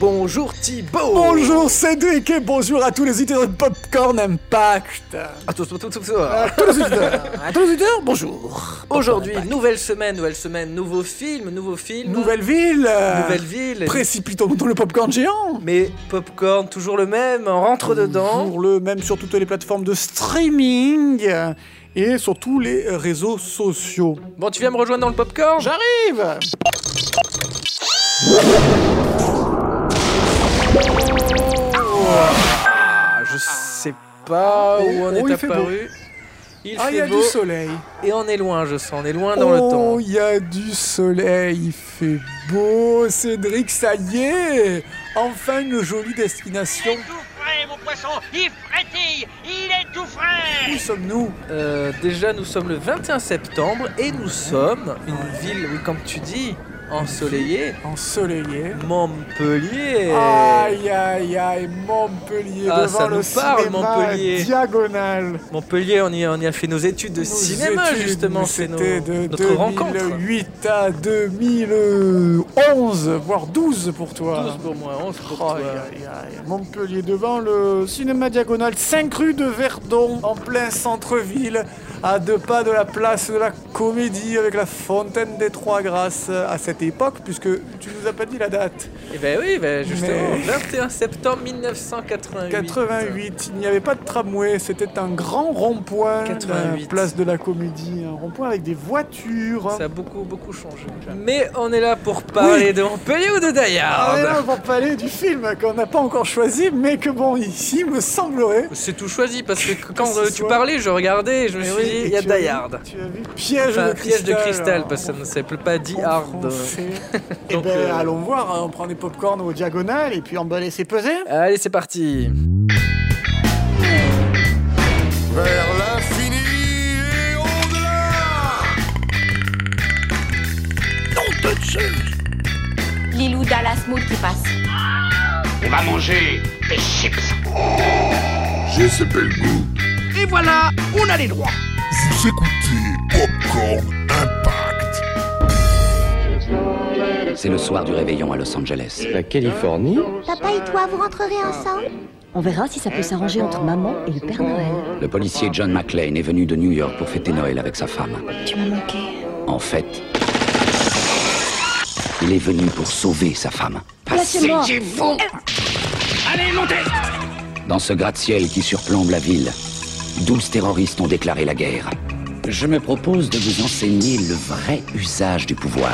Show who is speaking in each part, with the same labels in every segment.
Speaker 1: Bonjour Thibaut
Speaker 2: Bonjour Cédric et bonjour à tous les auditeurs de Popcorn Impact
Speaker 1: Ah, tout, tout, tout, tout.
Speaker 2: À tous les auditeurs À tous les auditeurs, bonjour
Speaker 1: Aujourd'hui,
Speaker 2: Popcorn Impact.
Speaker 1: nouvelle semaine, nouvelle semaine, nouveau film, nouveau film.
Speaker 2: Nouvelle ville euh,
Speaker 1: Nouvelle ville.
Speaker 2: Précipitons dans le popcorn géant
Speaker 1: Mais popcorn, toujours le même, on rentre dedans.
Speaker 2: Pour le même sur toutes les plateformes de streaming euh, et sur tous les réseaux sociaux.
Speaker 1: Bon, tu viens me rejoindre dans le popcorn
Speaker 2: J'arrive
Speaker 1: Ah, Je sais pas où on
Speaker 2: Oh,
Speaker 1: est
Speaker 2: il fait beau.
Speaker 1: apparu. Il
Speaker 2: Ah, il y
Speaker 1: fait
Speaker 2: a
Speaker 1: beau
Speaker 2: du soleil
Speaker 1: et on est loin, je sens, on est loin dans le
Speaker 2: Oh,
Speaker 1: temps.
Speaker 2: il y a du soleil, il fait beau, Cédric, ça y est Enfin une jolie destination.
Speaker 3: Il est tout frais, mon poisson Il frétille Il est tout
Speaker 2: Où
Speaker 3: frais
Speaker 2: sommes-nous
Speaker 1: Euh, déjà, nous sommes le 21 septembre et nous sommes une ville, oui, comme tu dis, ensoleillée.
Speaker 2: Ensoleillé.
Speaker 1: Montpellier
Speaker 2: Aïe aïe aïe, Montpellier
Speaker 1: Ah,
Speaker 2: devant
Speaker 1: ça
Speaker 2: le
Speaker 1: nous parle,
Speaker 2: cinéma
Speaker 1: Montpellier.
Speaker 2: diagonale.
Speaker 1: Montpellier, on y, a, on y a fait nos études de
Speaker 2: Nos
Speaker 1: cinéma
Speaker 2: études,
Speaker 1: justement, c'est nos-
Speaker 2: c'était de
Speaker 1: notre rencontre.
Speaker 2: 2008 à 2011, voire 12 pour toi.
Speaker 1: 12 pour moi, 11 pour
Speaker 2: Oh,
Speaker 1: toi.
Speaker 2: aïe, aïe, aïe. Montpellier devant le cinéma diagonale 5 rue de Verdon en plein centre-ville à deux pas de la place de la Comédie avec la fontaine des Trois Grâces à cette époque puisque tu nous as pas dit la date
Speaker 1: Et ben oui, ben justement,
Speaker 2: Mais-
Speaker 1: 21 septembre 1988.
Speaker 2: 88, il n'y avait pas de tramway, c'était un grand rond-point, la
Speaker 1: 88.
Speaker 2: place de la Comédie, un rond-point avec des voitures.
Speaker 1: Ça a beaucoup, beaucoup changé. Mais on est là pour parler de Montpellier ou de Dayard
Speaker 2: Ah, pour parler du film qu'on n'a pas encore choisi, mais que bon, ici me semblerait.
Speaker 1: C'est tout choisi parce que quand
Speaker 2: ce
Speaker 1: euh, tu
Speaker 2: soit-
Speaker 1: parlais, je regardais et je me
Speaker 2: Eh
Speaker 1: suis
Speaker 2: oui,
Speaker 1: dit,
Speaker 2: et
Speaker 1: il y a
Speaker 2: tu as vu-
Speaker 1: Dayard.
Speaker 2: Tu as vu piège,
Speaker 1: Enfin,
Speaker 2: de,
Speaker 1: piège de
Speaker 2: cristal,
Speaker 1: cristal,
Speaker 2: hein,
Speaker 1: parce que ça ne s'appelle pas dit
Speaker 2: en
Speaker 1: hard.
Speaker 2: français. Eh
Speaker 1: Donc,
Speaker 2: ben,
Speaker 1: euh,
Speaker 2: allons voir, hein, on prend des popcorn au diagonale et puis on va laisser peser.
Speaker 1: Allez, c'est parti.
Speaker 4: Vers l'infini et au-delà
Speaker 5: Lilou Dallas Mood qui passe.
Speaker 3: On va manger des chips
Speaker 4: Je s'appelle goût.
Speaker 3: Et voilà, on a les droits
Speaker 4: Vous écoutez Popcorn Impact.
Speaker 6: C'est le soir du réveillon à Los Angeles.
Speaker 7: La Californie
Speaker 8: Papa et toi, vous rentrerez ensemble
Speaker 9: On verra si ça peut s'arranger entre maman et le Père Noël.
Speaker 6: Le policier John McClane est venu de New York pour fêter Noël avec sa femme.
Speaker 8: Tu m'as manqué.
Speaker 6: En fait, il est venu pour sauver sa femme.
Speaker 9: Lâchez-moi
Speaker 6: Dans ce gratte-ciel qui surplombe la ville, 12 terroristes ont déclaré la guerre. Je me propose de vous enseigner le vrai usage du pouvoir.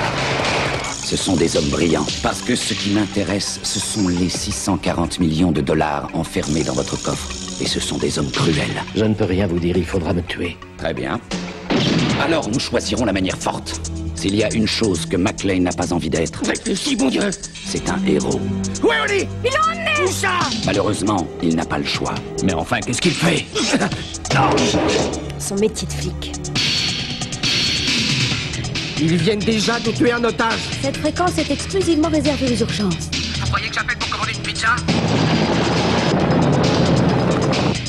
Speaker 6: Ce sont des hommes brillants, parce que ce qui m'intéresse, ce sont les 640 millions de dollars enfermés dans votre coffre. Et ce sont des hommes cruels.
Speaker 7: Je ne peux rien vous dire, il faudra me tuer.
Speaker 6: Très bien. Alors nous choisirons la manière forte. S'il y a une chose que McLean n'a pas envie d'être,
Speaker 7: Réfléchis, mon Dieu
Speaker 6: c'est un héros.
Speaker 7: Où est Oli Il en est Où ça
Speaker 6: Malheureusement, il n'a pas le choix. Mais enfin, qu'est-ce qu'il fait
Speaker 9: Son métier de flic.
Speaker 7: Ils viennent déjà de tuer un otage
Speaker 9: Cette fréquence est exclusivement réservée aux urgences.
Speaker 7: Vous croyez que j'appelle pour commander une pizza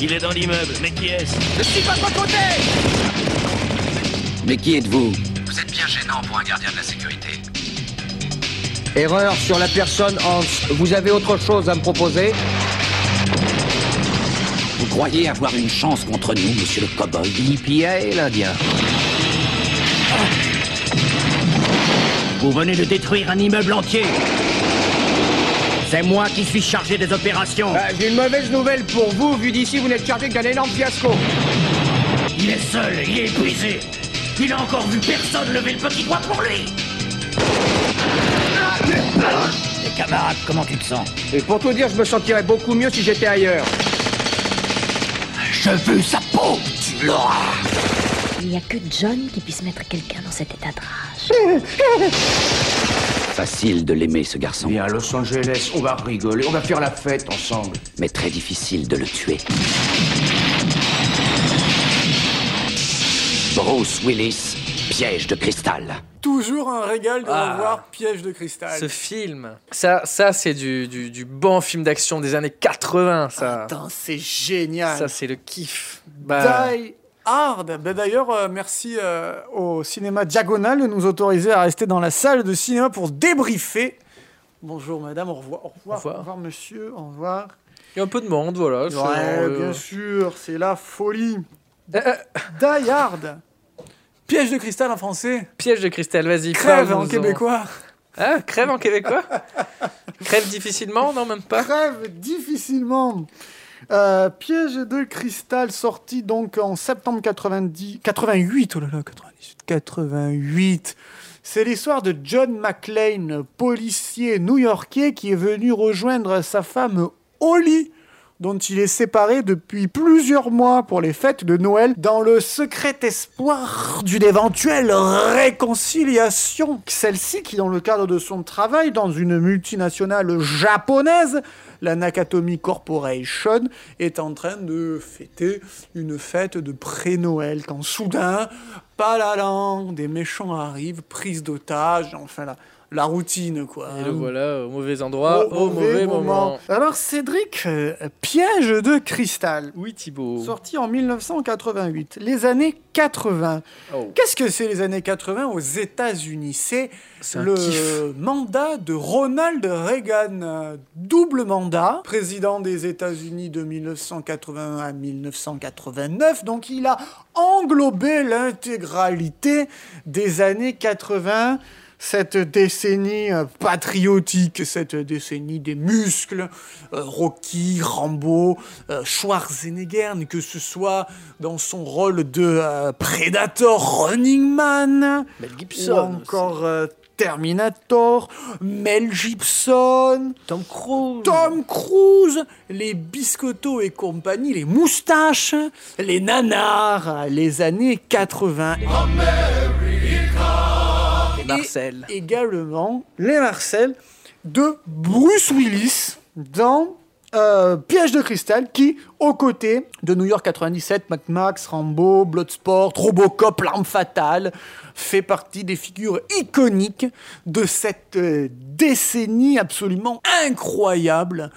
Speaker 3: Il est dans l'immeuble, mais qui est-ce
Speaker 7: Je suis pas de votre côté
Speaker 6: Mais qui êtes-vous Vous êtes bien gênant pour un gardien de la sécurité.
Speaker 7: Erreur sur la personne Hans. Vous avez autre chose à me proposer
Speaker 6: Vous croyez avoir une chance contre nous, monsieur le cowboy
Speaker 7: L'IPA et l'Indien. Vous venez de détruire un immeuble entier c'est moi qui suis chargé des opérations. Ah, J'ai une mauvaise nouvelle pour vous. Vu d'ici, vous n'êtes chargé que d'un énorme fiasco.
Speaker 3: Il est seul, il est épuisé Il a encore vu personne lever le petit doigt pour lui
Speaker 6: Camarade, comment tu te sens
Speaker 7: Et pour tout dire, je me sentirais beaucoup mieux si j'étais ailleurs.
Speaker 6: Je veux sa peau Tu l'auras
Speaker 9: Il n'y a que John qui puisse mettre quelqu'un dans cet état de rage.
Speaker 6: Facile de l'aimer, ce garçon,
Speaker 7: Viens à Los Angeles, on va rigoler, on va faire la fête ensemble.
Speaker 6: mais très difficile de le tuer. Bruce Willis, piège de cristal.
Speaker 2: Toujours un régal de
Speaker 1: Ah.
Speaker 2: revoir Piège de cristal.
Speaker 1: Ce film, ça, ça c'est du, du, du bon film d'action des années 80, ça.
Speaker 2: Putain, Oh, c'est génial.
Speaker 1: Ça, c'est le kiff. Bah,
Speaker 2: Die Hard. Ben D'ailleurs, euh, merci euh, au cinéma Diagonal de nous autoriser à rester dans la salle de cinéma pour débriefer Bonjour madame, au revoir. Au revoir,
Speaker 1: Au revoir.
Speaker 2: monsieur, au revoir.
Speaker 1: Il y a un peu de monde, voilà.
Speaker 2: Ouais,
Speaker 1: c'est, euh,
Speaker 2: bien sûr, c'est la folie.
Speaker 1: Euh, euh,
Speaker 2: Die Hard. Piège de cristal en français.
Speaker 1: piège de cristal, vas-y.
Speaker 2: Crève en
Speaker 1: parle-nous-en.
Speaker 2: québécois.
Speaker 1: Ah, crève en québécois Crève difficilement Non, même pas.
Speaker 2: Crève difficilement. Euh, piège de cristal sorti donc en septembre 90, 88. Oh là là, 98, 88. C'est l'histoire de John McClane, policier new-yorkais qui est venu rejoindre sa femme Holly, dont il est séparé depuis plusieurs mois pour les fêtes de Noël, dans le secret espoir d'une éventuelle réconciliation. Celle-ci qui, dans le cadre de son travail dans une multinationale japonaise, la Nakatomi Corporation, est en train de fêter une fête de pré-Noël, quand soudain, palalan, des méchants arrivent, prise d'otages, enfin la, la routine, quoi. hein.
Speaker 1: Et le voilà, au mauvais endroit, Ah. au, mauvais, moment.
Speaker 2: Alors Cédric, euh, piège de cristal,
Speaker 1: Oui, Thibaut.
Speaker 2: sorti en 1988, les années 80.
Speaker 1: Oh.
Speaker 2: Qu'est-ce que c'est les années 80 aux États-Unis C'est
Speaker 1: C'est un
Speaker 2: le
Speaker 1: kiff.
Speaker 2: mandat de Ronald Reagan, euh, double mandat, président des États-Unis de 1981 à 1989. Donc il a englobé l'intégralité des années 80. Cette décennie euh, patriotique, cette décennie des muscles, euh, Rocky, Rambo, euh, Schwarzenegger, que ce soit dans son rôle de euh, Predator, Running Man,
Speaker 1: Mel
Speaker 2: ou encore euh, Terminator, Mel Gibson,
Speaker 1: Tom Cruise.
Speaker 2: Tom Cruise, les biscottos et compagnie, les moustaches, les nanars, les années 80.
Speaker 1: Marcel.
Speaker 2: Et également les Marcel de Bruce Willis dans euh, Piège de cristal qui, aux côtés de New York 97, Mad Max, Rambo, Bloodsport, Robocop, L'Arme Fatale, fait partie des figures iconiques de cette euh, décennie absolument incroyable.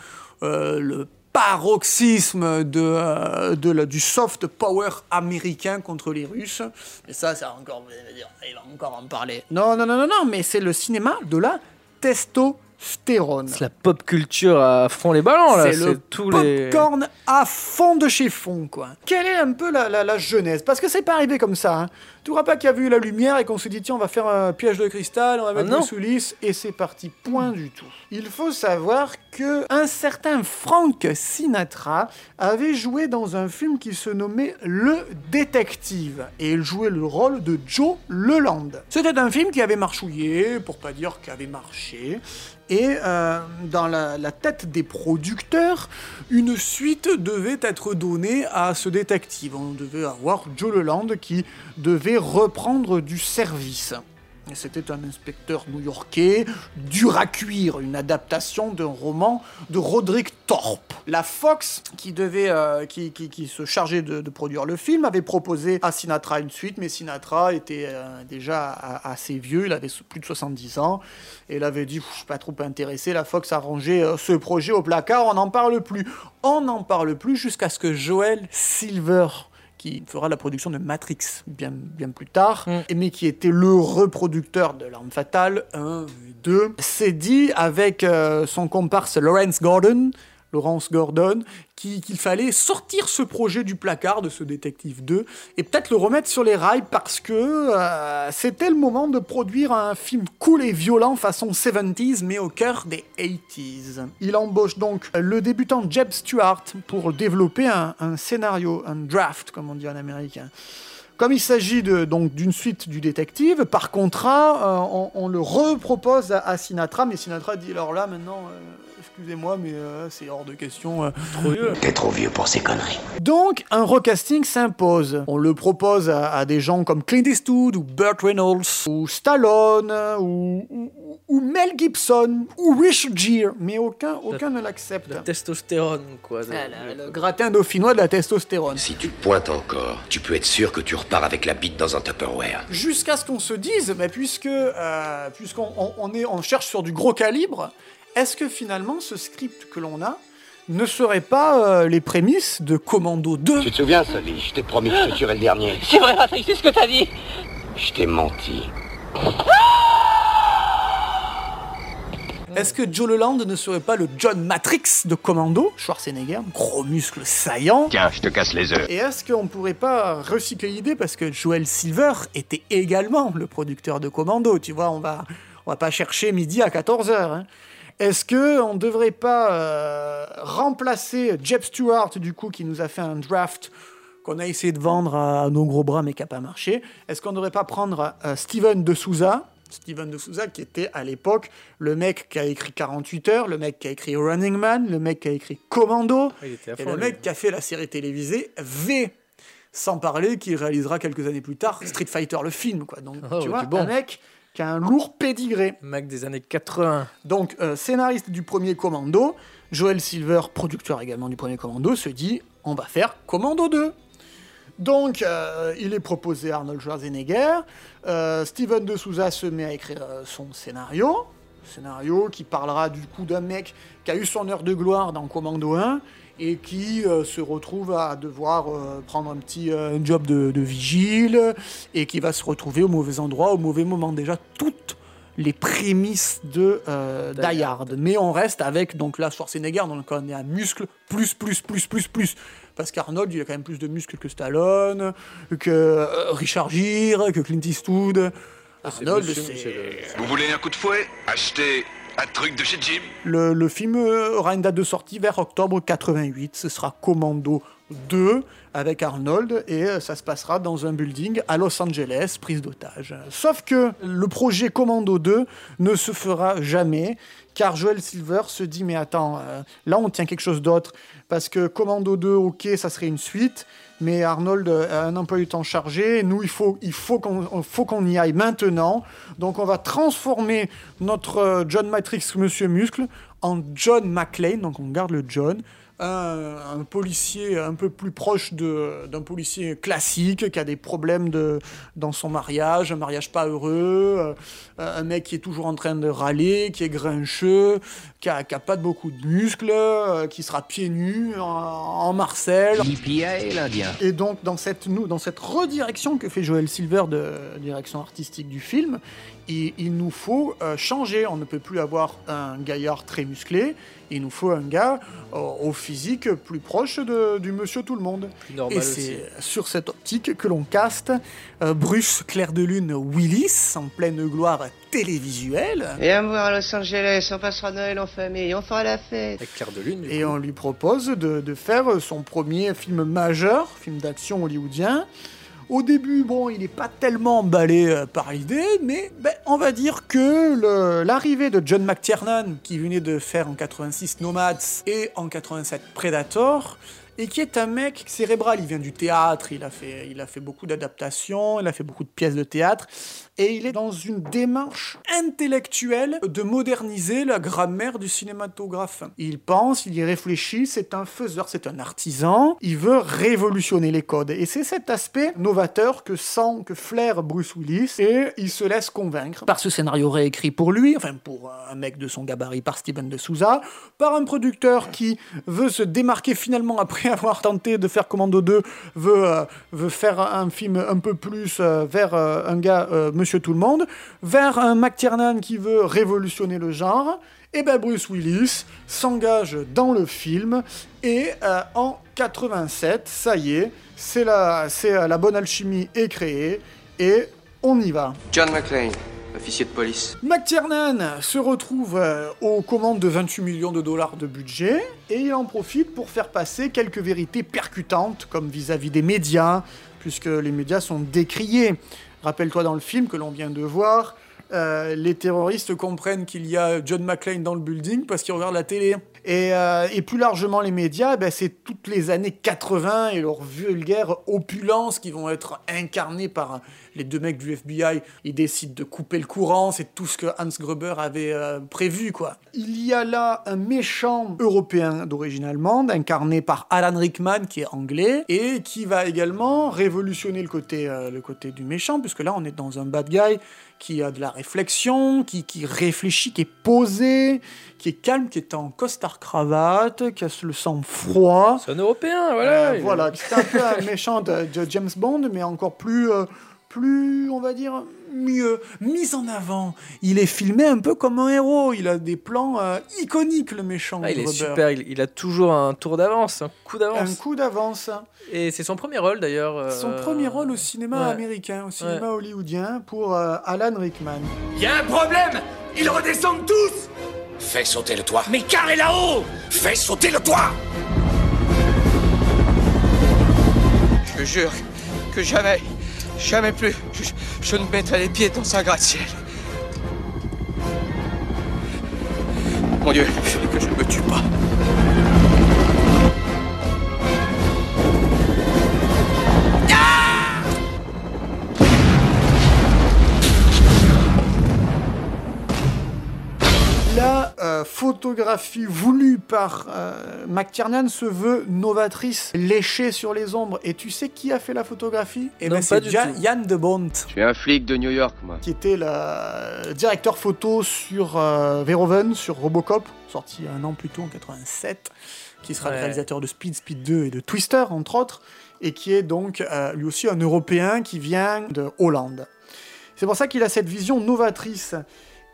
Speaker 2: Euh, le paroxysme de, euh, de la- du soft power américain contre les Russes. Mais ça, ça encore, vous allez me dire, il va encore en parler. Non, non, non, non, non, mais c'est le cinéma de la testostérone. Oh
Speaker 1: C'est la pop culture à fond les ballons, là.
Speaker 2: C'est le
Speaker 1: tous les.
Speaker 2: popcorn à fond de chez fond, quoi. Quelle est un peu la, la, la jeunesse Parce que c'est pas arrivé comme ça. Hein. Tu vois pas qu'il y a vu la lumière et qu'on s'est dit, tiens, on va faire un piège de cristal, on va mettre
Speaker 1: Ah non.
Speaker 2: des soulices, et c'est parti. Point du tout. Il faut savoir que un certain Frank Sinatra avait joué dans un film qui se nommait Le Détective, et il jouait le rôle de Joe Leland. C'était un film qui avait marchouillé, pour pas dire qu'il avait marché, et euh, dans la, la tête des producteurs, une suite devait être donnée à ce détective. On devait avoir Joe Leland qui devait reprendre du service. Et C'était un inspecteur new-yorkais, dur à cuire, une adaptation d'un roman de Roderick Thorpe. La Fox, qui, devait, euh, qui, qui- qui se chargeait de, de produire le film, avait proposé à Sinatra une suite, mais Sinatra était euh, déjà a- assez vieux, il avait so- plus de 70 ans, et il avait dit, Pff, je suis pas trop intéressé, la Fox a rangé euh, ce projet au placard, on n'en parle plus. On n'en parle plus jusqu'à ce que Joel Silver qui fera la production de Matrix bien, bien plus tard,
Speaker 1: Mm.
Speaker 2: et mais qui était le reproducteur de L'Arme Fatale 1 et 2, s'est dit avec euh, son comparse Lawrence Gordon, Lawrence Gordon, qui- qu'il fallait sortir ce projet du placard de ce détective 2 et peut-être le remettre sur les rails parce que euh, c'était le moment de produire un film cool et violent façon 70s mais au cœur des 80s. Il embauche donc le débutant Jeb Stewart pour développer un, un scénario, un draft comme on dit en américain. Comme il s'agit de- donc d'une suite du détective, par contrat, euh, on, on le repropose à, à Sinatra, mais Sinatra dit alors là maintenant, euh, excusez-moi, mais euh, c'est hors de question. euh,
Speaker 3: T'es trop vieux pour ces conneries.
Speaker 2: donc, un recasting s'impose. On le propose à, à des gens comme Clint Eastwood ou Burt Reynolds ou Stallone ou, ou- ou Mel Gibson ou Richard Gere, mais aucun, aucun ne l'accepte.
Speaker 1: La testostérone, quoi. de-
Speaker 2: Ah, là, Le gratin dauphinois de la testostérone.
Speaker 10: Si tu pointes encore, tu peux être sûr que tu repars avec la bite dans un Tupperware.
Speaker 2: Jusqu'à ce qu'on se dise, mais puisque euh, puisqu'on on, on est on cherche sur du gros calibre, est-ce que finalement ce script que l'on a ne serait pas euh, les prémices de Commando 2
Speaker 10: te souviens, Sully Je t'ai promis que je tuerais le dernier.
Speaker 3: C'est vrai, Patrick, c'est ce que t'as dit.
Speaker 10: Je t'ai menti.
Speaker 2: Est-ce que Joe Leland ne serait pas le John Matrix de Commando Schwarzenegger, gros muscle saillant.
Speaker 10: Tiens, je te casse les œufs.
Speaker 2: Et est-ce qu'on pourrait pas recycler l'idée parce que Joel Silver était également le producteur de Commando, tu vois, on va on va pas chercher midi à 14h Est-ce que on devrait pas euh, remplacer Jeb Stewart du coup qui nous a fait un draft qu'on a essayé de vendre à nos gros bras mais qui n'a pas marché Est-ce qu'on ne devrait pas prendre euh, Steven de Souza Steven de Souza qui était à l'époque le mec qui a écrit 48 heures, le mec qui a écrit Running Man, le mec qui a écrit Commando,
Speaker 1: Il était à
Speaker 2: et
Speaker 1: fond,
Speaker 2: le
Speaker 1: lui.
Speaker 2: mec qui a fait la série télévisée V. Sans parler qu'il réalisera quelques années plus tard Street Fighter le film, quoi. Donc
Speaker 1: Oh,
Speaker 2: tu vois,
Speaker 1: du bon.
Speaker 2: un mec qui a un lourd pédigré.
Speaker 1: Mec des années 80.
Speaker 2: Donc euh, scénariste du premier Commando, Joel Silver, producteur également du premier Commando, se dit on va faire Commando 2. Donc, euh, il est proposé à Arnold Schwarzenegger. Euh, Steven de Souza se met à écrire euh, son scénario. Scénario qui parlera du coup d'un mec qui a eu son heure de gloire dans Commando 1 et qui euh, se retrouve à devoir euh, prendre un petit euh, job de, de vigile et qui va se retrouver au mauvais endroit, au mauvais moment. Déjà, toutes les prémices de euh, Die
Speaker 1: Die
Speaker 2: Hard. Mais on reste avec, donc là, Schwarzenegger, donc on est à muscle, plus, plus, plus, plus, plus. Parce qu'Arnold, il a quand même plus de muscles que Stallone, que euh, Richard Gere, que Clint Eastwood. Arnold, Ah, c'est...
Speaker 4: Vous voulez un coup de fouet Achetez un truc de chez Jim.
Speaker 2: Le, le film euh, aura une date de sortie vers octobre 88. Ce sera Commando 2 avec Arnold et euh, ça se passera dans un building à Los Angeles, prise d'otage. Sauf que le projet Commando 2 ne se fera jamais car Joel Silver se dit mais attends, euh, là on tient quelque chose d'autre parce que Commando 2, ok, ça serait une suite. Mais Arnold euh, a un emploi du temps chargé. Nous, il faut, il faut qu'on on- faut qu'on y aille maintenant. Donc, on va transformer notre euh, John Matrix, Monsieur Muscle, en John McClane. Donc, on garde le John. Un, un policier un peu plus proche de- d'un policier classique qui a des problèmes de, dans son mariage, un mariage pas heureux, euh, un mec qui est toujours en train de râler, qui est grincheux, qui a, qui a pas de beaucoup de muscles, euh, qui sera pieds nus en, en Marcel.
Speaker 7: et l'Indien.
Speaker 2: Et donc, dans cette, nou- dans cette redirection que fait Joel Silver de direction artistique du film, il, il nous faut euh, changer. On ne peut plus avoir un gaillard très musclé. Il nous faut un gars euh, au physique plus proche de- du monsieur tout le monde.
Speaker 1: normal
Speaker 2: Et c'est sur cette optique que l'on caste euh, Bruce Clair de Lune Willis en pleine gloire télévisuelle.
Speaker 11: Viens me voir à Los Angeles, on passera Noël en famille, on fera la fête.
Speaker 1: Avec Claire de Lune.
Speaker 2: Et on lui propose de, de faire son premier film majeur, film d'action hollywoodien. Au début, bon, il n'est pas tellement emballé euh, par l'idée, mais ben, on va dire que le- l'arrivée de John McTiernan, qui venait de faire en 86 Nomads et en 87 Predator, et qui est un mec cérébral, il vient du théâtre, il a fait, il a fait beaucoup d'adaptations, il a fait beaucoup de pièces de théâtre, et il est dans une démarche intellectuelle de moderniser la grammaire du cinématographe. Il pense, il y réfléchit, c'est un faiseur, c'est un artisan, il veut révolutionner les codes. Et c'est cet aspect novateur que sent, que flaire Bruce Willis, et il se laisse convaincre par ce scénario réécrit pour lui, enfin pour un mec de son gabarit, par Steven Ben de Souza, par un producteur qui veut se démarquer finalement après avoir tenté de faire Commando 2, veut, euh, veut faire un film un peu plus euh, vers euh, un gars euh, Monsieur Tout le Monde, vers un McTiernan qui veut révolutionner le genre, et ben Bruce Willis s'engage dans le film et euh, en 87, ça y est, c'est la, c'est euh, la bonne alchimie est créée et on y va.
Speaker 12: John McLean, officier de police.
Speaker 2: McTiernan se retrouve euh, aux commandes de 28 millions de dollars de budget et il en profite pour faire passer quelques vérités percutantes comme vis-à-vis des médias, puisque les médias sont décriés. Rappelle-toi dans le film que l'on vient de voir, euh, les terroristes comprennent qu'il y a John McClane dans le building parce qu'ils regardent la télé. Et, euh, et plus largement les médias, ben, c'est toutes les années 80 et leur vulgaire opulence qui vont être incarnées par les deux mecs du FBI. Ils décident de couper le courant, c'est tout ce que Hans Gruber avait euh, prévu. quoi. Il y a là un méchant européen d'origine allemande, incarné par Alan Rickman, qui est anglais, et qui va également révolutionner le côté, euh, le côté du méchant, puisque là on est dans un bad guy qui a de la réflexion, qui, qui réfléchit, qui est posé, qui est calme, qui est en costard-cravate, qui a le sang froid.
Speaker 1: C'est un Européen, voilà.
Speaker 2: Euh,
Speaker 1: il-
Speaker 2: voilà, c'est un peu un méchant de, de James Bond, mais encore plus, euh, plus, on va dire, mieux, mise en avant. Il est filmé un peu comme un héros. Il a des plans euh, iconiques, le méchant.
Speaker 1: Ah, il est
Speaker 2: Gruber.
Speaker 1: super, il, il a toujours un tour d'avance, un coup d'avance.
Speaker 2: Un coup d'avance.
Speaker 1: Et c'est son premier rôle d'ailleurs. euh,
Speaker 2: Son premier rôle au cinéma
Speaker 1: ouais.
Speaker 2: américain, au cinéma hollywoodien, pour euh, Alan Rickman.
Speaker 3: Y a un problème Ils redescendent tous
Speaker 10: Fais sauter le toit.
Speaker 3: Mais carré là-haut
Speaker 10: Fais sauter le toit
Speaker 12: Je te jure que jamais, jamais plus, je, je ne mettrai les pieds dans un gratte-ciel. Mon Dieu, que je ne me tue pas.
Speaker 2: La euh, photographie voulue par euh, McTiernan se veut novatrice, léchée sur les ombres. Et tu sais qui a fait la photographie Eh
Speaker 12: Non,
Speaker 2: ben,
Speaker 12: pas
Speaker 2: c'est
Speaker 12: du
Speaker 2: Ja-
Speaker 12: tout.
Speaker 2: Yann de Bont.
Speaker 12: Je suis un flic de New York, moi.
Speaker 2: qui était le directeur photo sur euh, Verhoeven, sur Robocop, sorti un an plus tôt en 87, qui sera le
Speaker 1: Ouais.
Speaker 2: réalisateur de Speed, Speed 2 et de Twister, entre autres, et qui est donc euh, lui aussi un Européen qui vient de Hollande. C'est pour ça qu'il a cette vision novatrice.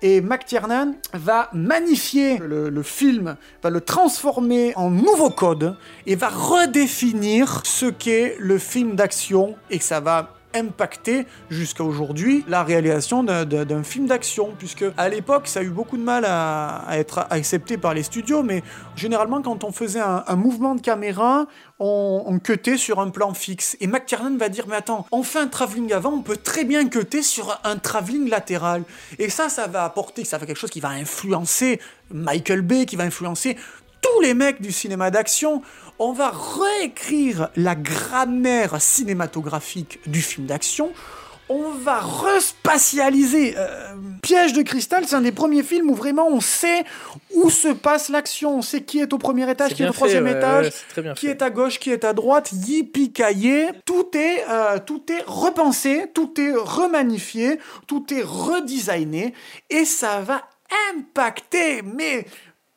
Speaker 2: Et McTiernan va magnifier le, le film, va le transformer en nouveau code et va redéfinir ce qu'est le film d'action et que ça va impacter jusqu'à aujourd'hui la réalisation d'un- d'un d'un film d'action puisque à l'époque ça a eu beaucoup de mal à, à être accepté par les studios mais généralement quand on faisait un, un mouvement de caméra on, on cutait sur un plan fixe et McTiernan va dire mais attends on fait un travelling avant on peut très bien cutter sur un travelling latéral et ça ça va apporter ça va quelque chose qui va influencer Michael Bay qui va influencer tous les mecs du cinéma d'action, on va réécrire la grammaire cinématographique du film d'action. On va respatialiser. Euh, Piège de cristal, c'est un des premiers films où vraiment on sait où se passe l'action. On sait qui est au premier étage,
Speaker 1: C'est
Speaker 2: qui est
Speaker 1: bien
Speaker 2: au troisième
Speaker 1: fait, ouais,
Speaker 2: étage,
Speaker 1: ouais, c'est très bien
Speaker 2: qui est à gauche, qui est à droite. Yippee Tout est, euh, tout est repensé, tout est remanifié, tout est redesigné. Et ça va impacter, mais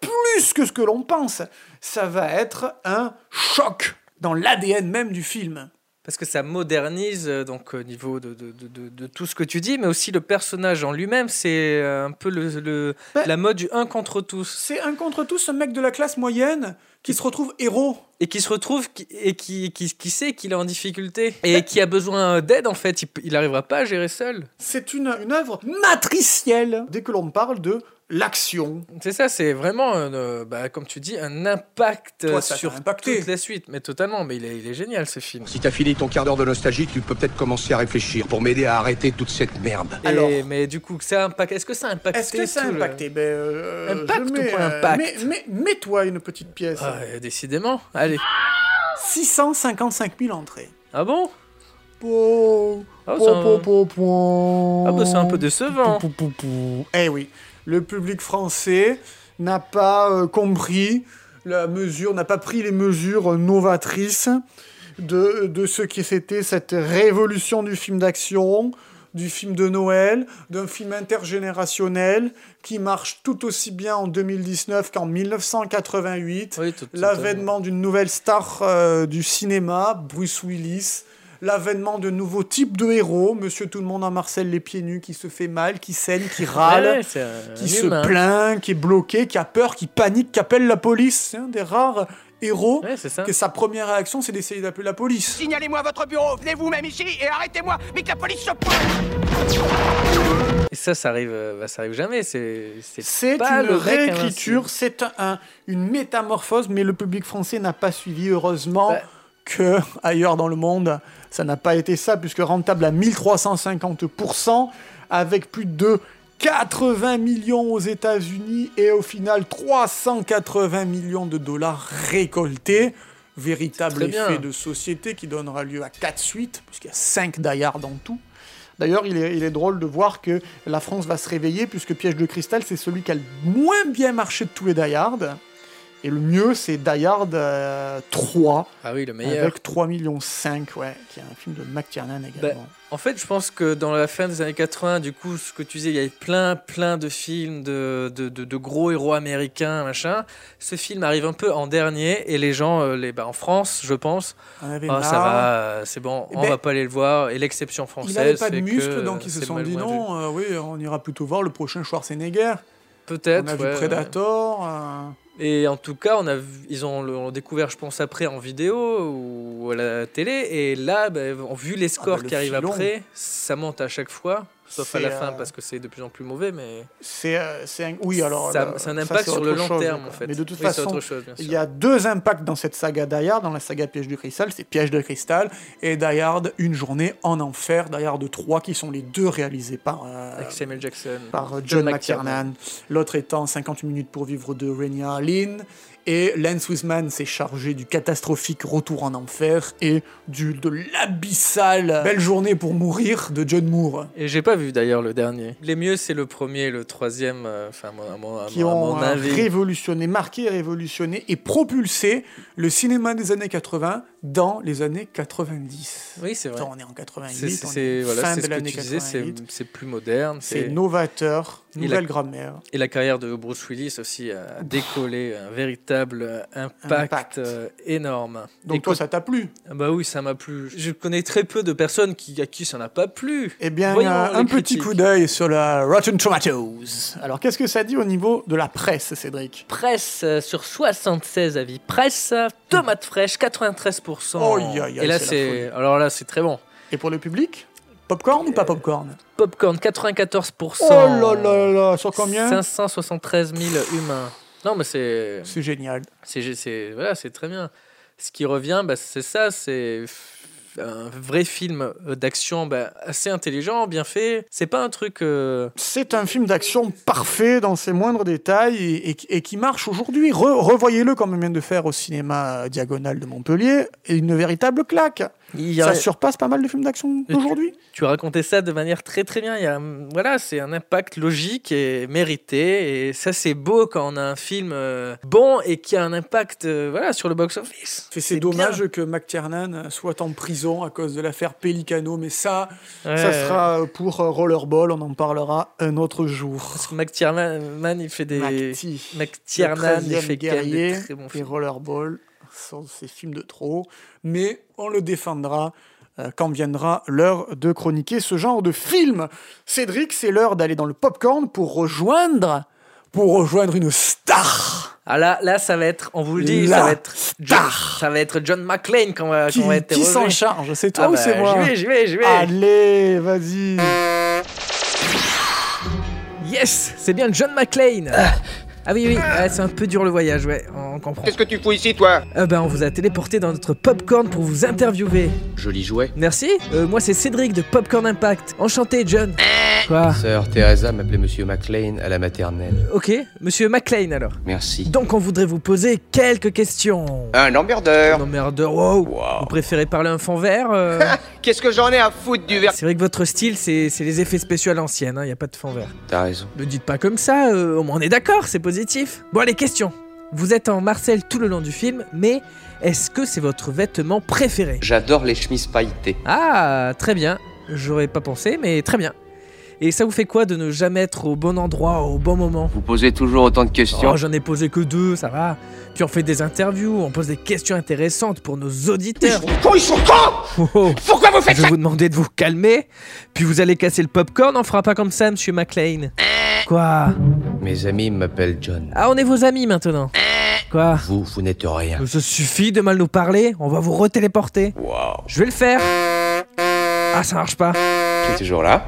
Speaker 2: plus que ce que l'on pense. Ça va être un choc dans l'ADN même du film.
Speaker 1: Parce que ça modernise, euh, donc au niveau de, de- de- de- de tout ce que tu dis, mais aussi le personnage en lui-même, c'est euh, un peu le, le-
Speaker 2: Bah
Speaker 1: la mode du un contre tous.
Speaker 2: C'est un contre tous ce mec de la classe moyenne qui se retrouve héros.
Speaker 1: Et qui se retrouve qui- et qui, qui, qui sait qu'il est en difficulté
Speaker 2: Bah
Speaker 1: et qui a besoin euh, d'aide en fait, il, il arrivera pas à gérer seul.
Speaker 2: C'est une, une œuvre matricielle dès que l'on parle de l'action.
Speaker 1: C'est ça, c'est vraiment, un, euh, bah, comme tu dis, un impact euh,
Speaker 2: Toi, ça t'a
Speaker 1: sur toute la suite. Mais totalement, mais il est, il est génial ce film.
Speaker 13: Si t'as fini ton quart d'heure de nostalgie, tu peux peut-être commencer à réfléchir pour m'aider à arrêter toute cette merde.
Speaker 1: Et- mais du coup, ça impacte. Est-ce que ça a impacté
Speaker 2: Est-ce que ça a
Speaker 1: tout le-
Speaker 2: impacté ben, euh, je
Speaker 1: Impact ou
Speaker 2: mets,
Speaker 1: pas
Speaker 2: euh,
Speaker 1: impact
Speaker 2: mets- mets- Mets-toi une petite pièce.
Speaker 1: Ah, euh, Décidément, allez.
Speaker 2: 655 000 entrées.
Speaker 1: Ah bon
Speaker 2: Po,
Speaker 1: Ah,
Speaker 2: po,
Speaker 1: c'est un-
Speaker 2: po, po, po.
Speaker 1: Ah bah, c'est un peu décevant.
Speaker 2: Pou, pou, pou, pou. Eh oui, le public français n'a pas euh, compris la mesure, n'a pas pris les mesures euh, novatrices de, de ce qui c'était cette révolution du film d'action, du film de Noël, d'un film intergénérationnel qui marche tout aussi bien en 2019 qu'en 1988. L'avènement d'une nouvelle star euh, du cinéma, Bruce Willis. L'avènement de nouveaux types de héros, Monsieur Tout le Monde en Marcel les pieds nus, qui se fait mal, qui saigne, qui râle,
Speaker 1: Ouais, c'est un
Speaker 2: qui se
Speaker 1: humain.
Speaker 2: plaint, qui est bloqué, qui a peur, qui panique, qui appelle la police. C'est un des rares héros que sa première réaction, c'est d'essayer d'appeler la police.
Speaker 3: Signalez-moi votre bureau, venez vous-même ici et arrêtez-moi, mais que la police se
Speaker 1: Et ça, ça arrive, euh, bah, ça arrive jamais. C'est
Speaker 2: C'est
Speaker 1: pas
Speaker 2: une
Speaker 1: le vrai qu'un
Speaker 2: réécriture, c'est un- un- une métamorphose, mais le public français n'a pas suivi, heureusement.
Speaker 1: Bah.
Speaker 2: que ailleurs dans le monde, ça n'a pas été ça, puisque rentable à 1350%, avec plus de 80 millions aux États-Unis et au final 380 millions de dollars récoltés. Véritable
Speaker 1: C'est très
Speaker 2: effet
Speaker 1: bien.
Speaker 2: de société qui donnera lieu à 4 suites, puisqu'il y a 5 Dayard en tout. D'ailleurs, il est, il est drôle de voir que la France va se réveiller, puisque Piège de Cristal, c'est celui qui a le moins bien marché de tous les Die Hard. Et le mieux, c'est Die Hard euh, 3.
Speaker 1: Ah oui, le meilleur.
Speaker 2: Avec 3,5 millions, ouais, qui est un film de McTiernan également.
Speaker 1: Ben, en fait, je pense que dans la fin des années 80, du coup, ce que tu disais, il y avait plein, plein de films de, de, de- de gros héros américains, machin. Ce film arrive un peu en dernier et les gens, euh, les, bah, en France, je pense,
Speaker 2: On avait
Speaker 1: ah, ça
Speaker 2: marre.
Speaker 1: va, euh, c'est bon, on
Speaker 2: Ben,
Speaker 1: va pas aller le voir. Et l'exception française.
Speaker 2: il avait pas de
Speaker 1: fait que,
Speaker 2: muscles, donc ils
Speaker 1: euh,
Speaker 2: se
Speaker 1: c'est
Speaker 2: sont
Speaker 1: mal
Speaker 2: dit
Speaker 1: moins vu.
Speaker 2: non, euh, oui, on ira plutôt voir le prochain Schwarzenegger.
Speaker 1: Peut-être.
Speaker 2: On a vu
Speaker 1: ouais,
Speaker 2: Predator. euh,
Speaker 1: Et en tout cas, on a, vu- ils ont le- on l'a découvert, je pense, après en vidéo ou à la télé. Et là, bah, on, vu les scores
Speaker 2: Ah, le
Speaker 1: qui arrivent
Speaker 2: filon.
Speaker 1: après, ça monte à chaque fois, sauf à
Speaker 2: C'est,
Speaker 1: la fin
Speaker 2: euh,
Speaker 1: parce que c'est de plus en plus mauvais. Mais
Speaker 2: C'est, euh, c'est un... Oui, alors.
Speaker 1: Ça-
Speaker 2: là,
Speaker 1: ça a un impact
Speaker 2: c'est
Speaker 1: sur le
Speaker 2: autre
Speaker 1: long
Speaker 2: chose,
Speaker 1: terme,
Speaker 2: quoi.
Speaker 1: en fait.
Speaker 2: Mais de toute
Speaker 1: Oui, c'est
Speaker 2: façon,
Speaker 1: autre chose, bien sûr.
Speaker 2: il y a deux impacts dans cette saga Die Hard, dans la saga Piège de Cristal, c'est Piège de Cristal et Die Hard, Une journée en enfer, Die Hard 3, qui sont les deux réalisés par, euh,
Speaker 1: avec Samuel Jackson,
Speaker 2: par euh, John McTiernan. L'autre étant 58 minutes pour vivre de Rainy Lynn. Et Lance Wiseman s'est chargé du catastrophique Retour en enfer et du, de l'abyssal Belle journée pour mourir de John Moore.
Speaker 1: Et j'ai pas vu d'ailleurs le dernier. Les mieux, c'est le premier, et le troisième. euh, Enfin, à mon- à mon, à
Speaker 2: qui
Speaker 1: mon- à
Speaker 2: ont
Speaker 1: mon
Speaker 2: euh,
Speaker 1: avis.
Speaker 2: révolutionné, marqué, révolutionné et propulsé le cinéma des années 80 dans les années 90.
Speaker 1: Oui, c'est vrai.
Speaker 2: Attends, on est en 88,
Speaker 1: C'est- c'est-
Speaker 2: on est
Speaker 1: c'est- voilà,
Speaker 2: fin
Speaker 1: c'est
Speaker 2: de
Speaker 1: ce que
Speaker 2: l'année
Speaker 1: tu disais, c'est
Speaker 2: 88.
Speaker 1: c'est plus moderne.
Speaker 2: C'est novateur,
Speaker 1: Et
Speaker 2: nouvelle
Speaker 1: la-
Speaker 2: grammaire.
Speaker 1: Et la carrière de Bruce Willis aussi a décollé un véritable euh, impact,
Speaker 2: Impact.
Speaker 1: euh, énorme.
Speaker 2: Donc
Speaker 1: Et
Speaker 2: toi,
Speaker 1: quand-
Speaker 2: ça t'a plu
Speaker 1: Ah Bah oui, ça m'a plu. Je connais très peu de personnes qui, à qui ça n'a pas plu.
Speaker 2: Eh bien,
Speaker 1: Voyons
Speaker 2: euh,
Speaker 1: les
Speaker 2: un petit
Speaker 1: critiques.
Speaker 2: coup d'œil sur la Rotten Tomatoes. Alors, qu'est-ce que ça dit au niveau de la presse, Cédric
Speaker 1: Presse euh, sur 76 avis presse, tomate fraîche 93%.
Speaker 2: Hmm. Oh, aïe, aïe,
Speaker 1: Et là
Speaker 2: c'est la
Speaker 1: c'est alors là c'est très bon.
Speaker 2: Et pour le public Popcorn
Speaker 1: Euh,
Speaker 2: ou pas popcorn
Speaker 1: Popcorn 94%.
Speaker 2: Oh là là là, sur combien
Speaker 1: 573 000 humains. Non mais c'est
Speaker 2: C'est génial.
Speaker 1: c'est gé- c'est voilà, c'est très bien. Ce qui revient bah, c'est ça, c'est f- un vrai film euh, d'action bah, assez intelligent, bien fait. C'est pas un truc euh,
Speaker 2: C'est un film d'action parfait dans ses moindres détails et, et- et qui marche aujourd'hui. Re- Revoyez-le comme on vient de faire au cinéma euh, Diagonal de Montpellier. Et une véritable claque.
Speaker 1: il y
Speaker 2: Ça
Speaker 1: a-
Speaker 2: surpasse pas mal de films d'action
Speaker 1: Et tu-
Speaker 2: d'aujourd'hui.
Speaker 1: Tu as raconté ça de manière très très bien. Il y a, un- voilà, c'est un impact logique et mérité. Et ça, c'est beau quand on a un film euh, bon et qui a un impact euh, voilà, sur le box-office.
Speaker 2: C'est dommage que McTiernan soit en prison à cause de l'affaire Pelicano, mais ça,
Speaker 1: Ouais.
Speaker 2: ça sera euh, pour euh, Rollerball, on en parlera un autre jour.
Speaker 1: Parce que McTiernan, il fait des.
Speaker 2: Macti.
Speaker 1: McTiernan, il fait quand
Speaker 2: Le 13e
Speaker 1: même
Speaker 2: guerrier
Speaker 1: des très bons
Speaker 2: et
Speaker 1: films.
Speaker 2: Rollerball sont ces films de trop, mais on le défendra euh, quand viendra l'heure de chroniquer ce genre de film. Cédric, c'est l'heure d'aller dans le popcorn pour rejoindre, pour rejoindre une star
Speaker 1: Ah là, là, ça va être, on vous le dit,
Speaker 2: La
Speaker 1: ça va être. John, ça va être John McClane qu'on va,
Speaker 2: qui,
Speaker 1: qu'on va
Speaker 2: qui
Speaker 1: interroger.
Speaker 2: s'en charge. C'est toi
Speaker 1: Ah
Speaker 2: ou
Speaker 1: bah,
Speaker 2: c'est moi Ah,
Speaker 1: J'y vais, j'y vais, j'y vais.
Speaker 2: Allez, vas-y.
Speaker 1: Yes, c'est bien John McClane. Ah oui, oui, ah, c'est un peu dur le voyage, ouais, on comprend.
Speaker 7: Qu'est-ce que tu fous ici, toi
Speaker 1: Euh, ben, on vous a téléporté dans notre popcorn pour vous interviewer.
Speaker 7: Joli jouet.
Speaker 1: Merci. Euh, moi, c'est Cédric de Popcorn Impact. Enchanté, John. Quoi
Speaker 14: Sœur Teresa m'appelait Monsieur McLean à la maternelle.
Speaker 1: Euh, Ok, monsieur McLean alors.
Speaker 14: Merci.
Speaker 1: Donc, on voudrait vous poser quelques questions.
Speaker 7: Un emmerdeur.
Speaker 1: Non, merde, wow. Vous préférez parler un fond vert euh
Speaker 7: Qu'est-ce que j'en ai à foutre du verre
Speaker 1: C'est vrai que votre style, c'est c'est les effets spéciaux à l'ancienne, hein. il n'y a pas de fond vert.
Speaker 14: T'as raison.
Speaker 1: Ne dites pas comme ça, euh, au moins on est d'accord, c'est positif. Bon, les questions. Vous êtes en Marcel tout le long du film, mais est-ce que c'est votre vêtement préféré
Speaker 14: J'adore les chemises pailletées.
Speaker 1: Ah, très bien. J'aurais pas pensé, mais très bien. Et ça vous fait quoi de ne jamais être au bon endroit au bon moment
Speaker 14: Vous posez toujours autant de questions.
Speaker 1: Oh, j'en ai posé que deux, ça va. Puis on fait des interviews, on pose des questions intéressantes pour nos auditeurs.
Speaker 7: Ils sont cons
Speaker 1: Oh, oh.
Speaker 7: Pourquoi vous faites
Speaker 1: Je vais vous demander de vous calmer, puis vous allez casser le popcorn, on fera pas comme ça, monsieur McLean.
Speaker 7: Eh.
Speaker 1: Quoi
Speaker 14: Mes amis m'appellent John.
Speaker 1: Ah, on est vos amis maintenant.
Speaker 7: Eh.
Speaker 1: Quoi
Speaker 14: Vous, vous n'êtes rien.
Speaker 1: Mais Ça suffit de mal nous parler, on va vous retéléporter.
Speaker 14: Waouh.
Speaker 1: Je vais le faire. Ah, ça marche pas.
Speaker 14: Je suis toujours là.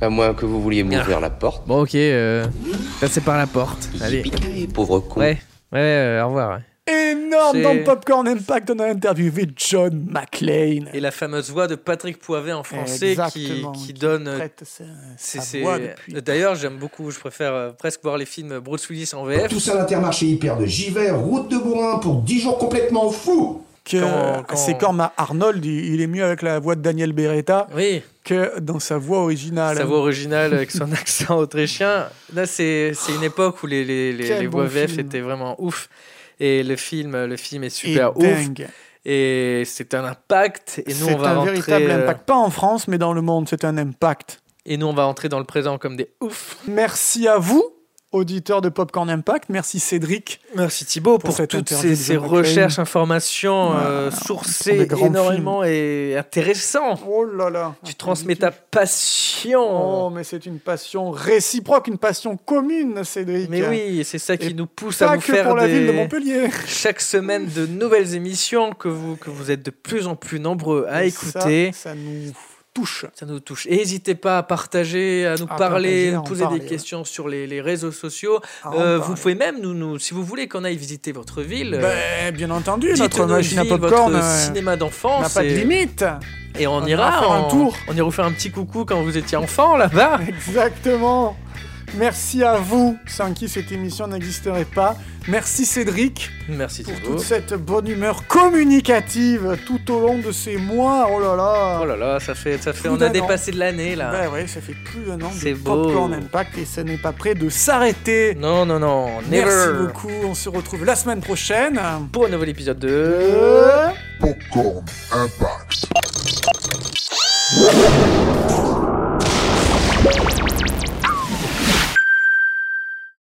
Speaker 14: À moins que vous vouliez m'ouvrir la porte.
Speaker 1: Bon, ok, euh, passez par la porte. Allez.
Speaker 14: Yippee-ki-yay, pauvre con.
Speaker 1: Ouais, ouais, euh, au revoir. ouais.
Speaker 2: Énorme
Speaker 1: C'est-
Speaker 2: dans le Popcorn Impact, on a interviewé John McClane.
Speaker 1: Et la fameuse voix de Patrick Poivet en français qui,
Speaker 2: Exactement,
Speaker 1: qui
Speaker 2: qui
Speaker 1: donne. euh,
Speaker 2: prête sa-
Speaker 1: c'est-
Speaker 2: sa
Speaker 1: c'est-
Speaker 2: voix depuis.
Speaker 1: D'ailleurs, j'aime beaucoup, je préfère euh, presque voir les films Bruce Willis en VF.
Speaker 15: Tout ça à l'intermarché hyper de Giver, route de Bourrin pour 10 jours complètement fous.
Speaker 2: que euh,
Speaker 1: Quand- quand-
Speaker 2: c'est comme à Arnold, il il est mieux avec la voix de Daniel Beretta
Speaker 1: Oui,
Speaker 2: que dans sa voix originale.
Speaker 1: sa voix originale avec son accent autrien. Là, c'est c'est une époque où les, les, les-
Speaker 2: Quel
Speaker 1: les voix
Speaker 2: bon
Speaker 1: VF
Speaker 2: film.
Speaker 1: étaient vraiment ouf. Et le film, le film est super
Speaker 2: Et
Speaker 1: ouf.
Speaker 2: dingue.
Speaker 1: Et c'est un impact. Et nous,
Speaker 2: C'est
Speaker 1: on va
Speaker 2: un
Speaker 1: rentrer,
Speaker 2: véritable
Speaker 1: euh,
Speaker 2: impact. Pas en France, mais dans le monde, c'est un impact.
Speaker 1: Et nous, on va entrer dans le présent comme des ouf.
Speaker 2: Merci à vous, auditeurs de Popcorn Impact. Merci Cédric.
Speaker 1: Merci Thibaut pour,
Speaker 2: cette
Speaker 1: toutes ces,
Speaker 2: interview de
Speaker 1: ces
Speaker 2: Jean-Claude.
Speaker 1: recherches, informations euh,
Speaker 2: des
Speaker 1: sourcées
Speaker 2: grands
Speaker 1: énormément et intéressantes.
Speaker 2: Oh là là.
Speaker 1: Tu transmets ta hein. passion.
Speaker 2: Oh, mais c'est une passion réciproque, une passion commune, Cédric.
Speaker 1: Mais oui, c'est ça qui
Speaker 2: Et
Speaker 1: nous pousse
Speaker 2: pas
Speaker 1: à vous
Speaker 2: que
Speaker 1: faire
Speaker 2: pour la
Speaker 1: des-
Speaker 2: ville de Montpellier.
Speaker 1: chaque semaine de nouvelles émissions que vous, que vous êtes de plus en plus nombreux à
Speaker 2: Et
Speaker 1: écouter.
Speaker 2: Ça, ça nous touche.
Speaker 1: Ça nous touche. Et n'hésitez pas à partager, à nous
Speaker 2: À
Speaker 1: parler,
Speaker 2: partager, à
Speaker 1: nous
Speaker 2: en
Speaker 1: poser
Speaker 2: parler,
Speaker 1: des
Speaker 2: ouais.
Speaker 1: questions sur les, les réseaux sociaux.
Speaker 2: À en
Speaker 1: Euh, vous
Speaker 2: parler.
Speaker 1: pouvez même, nous, nous, si vous voulez qu'on aille visiter votre ville, euh,
Speaker 2: Ben, bien entendu,
Speaker 1: dites-nous
Speaker 2: notre
Speaker 1: une
Speaker 2: machine à
Speaker 1: ville,
Speaker 2: popcorn
Speaker 1: votre
Speaker 2: euh,
Speaker 1: cinéma
Speaker 2: n'a
Speaker 1: d'enfance.
Speaker 2: pas de
Speaker 1: et-
Speaker 2: limite.
Speaker 1: Et on,
Speaker 2: On
Speaker 1: ira
Speaker 2: ira faire un
Speaker 1: en-
Speaker 2: tour.
Speaker 1: On ira vous faire un petit coucou quand vous étiez enfant là-bas.
Speaker 2: Exactement. Merci à vous, sans qui cette émission n'existerait pas. Merci Cédric
Speaker 1: Merci
Speaker 2: pour
Speaker 1: Thibaut.
Speaker 2: toute cette bonne humeur communicative tout au long de ces mois. Oh là là.
Speaker 1: Oh là là, ça fait, ça fait,
Speaker 2: Plus
Speaker 1: on a
Speaker 2: d'un an.
Speaker 1: dépassé de l'année là.
Speaker 2: Ben ouais, ça fait plus d'un an
Speaker 1: C'est
Speaker 2: de
Speaker 1: beau.
Speaker 2: Popcorn Impact et ça n'est pas prêt de s'arrêter.
Speaker 1: Non, non, non, never.
Speaker 2: Merci beaucoup. On se retrouve la semaine prochaine.
Speaker 1: Pour un nouvel épisode de.
Speaker 2: Euh,
Speaker 16: Popcorn Impact.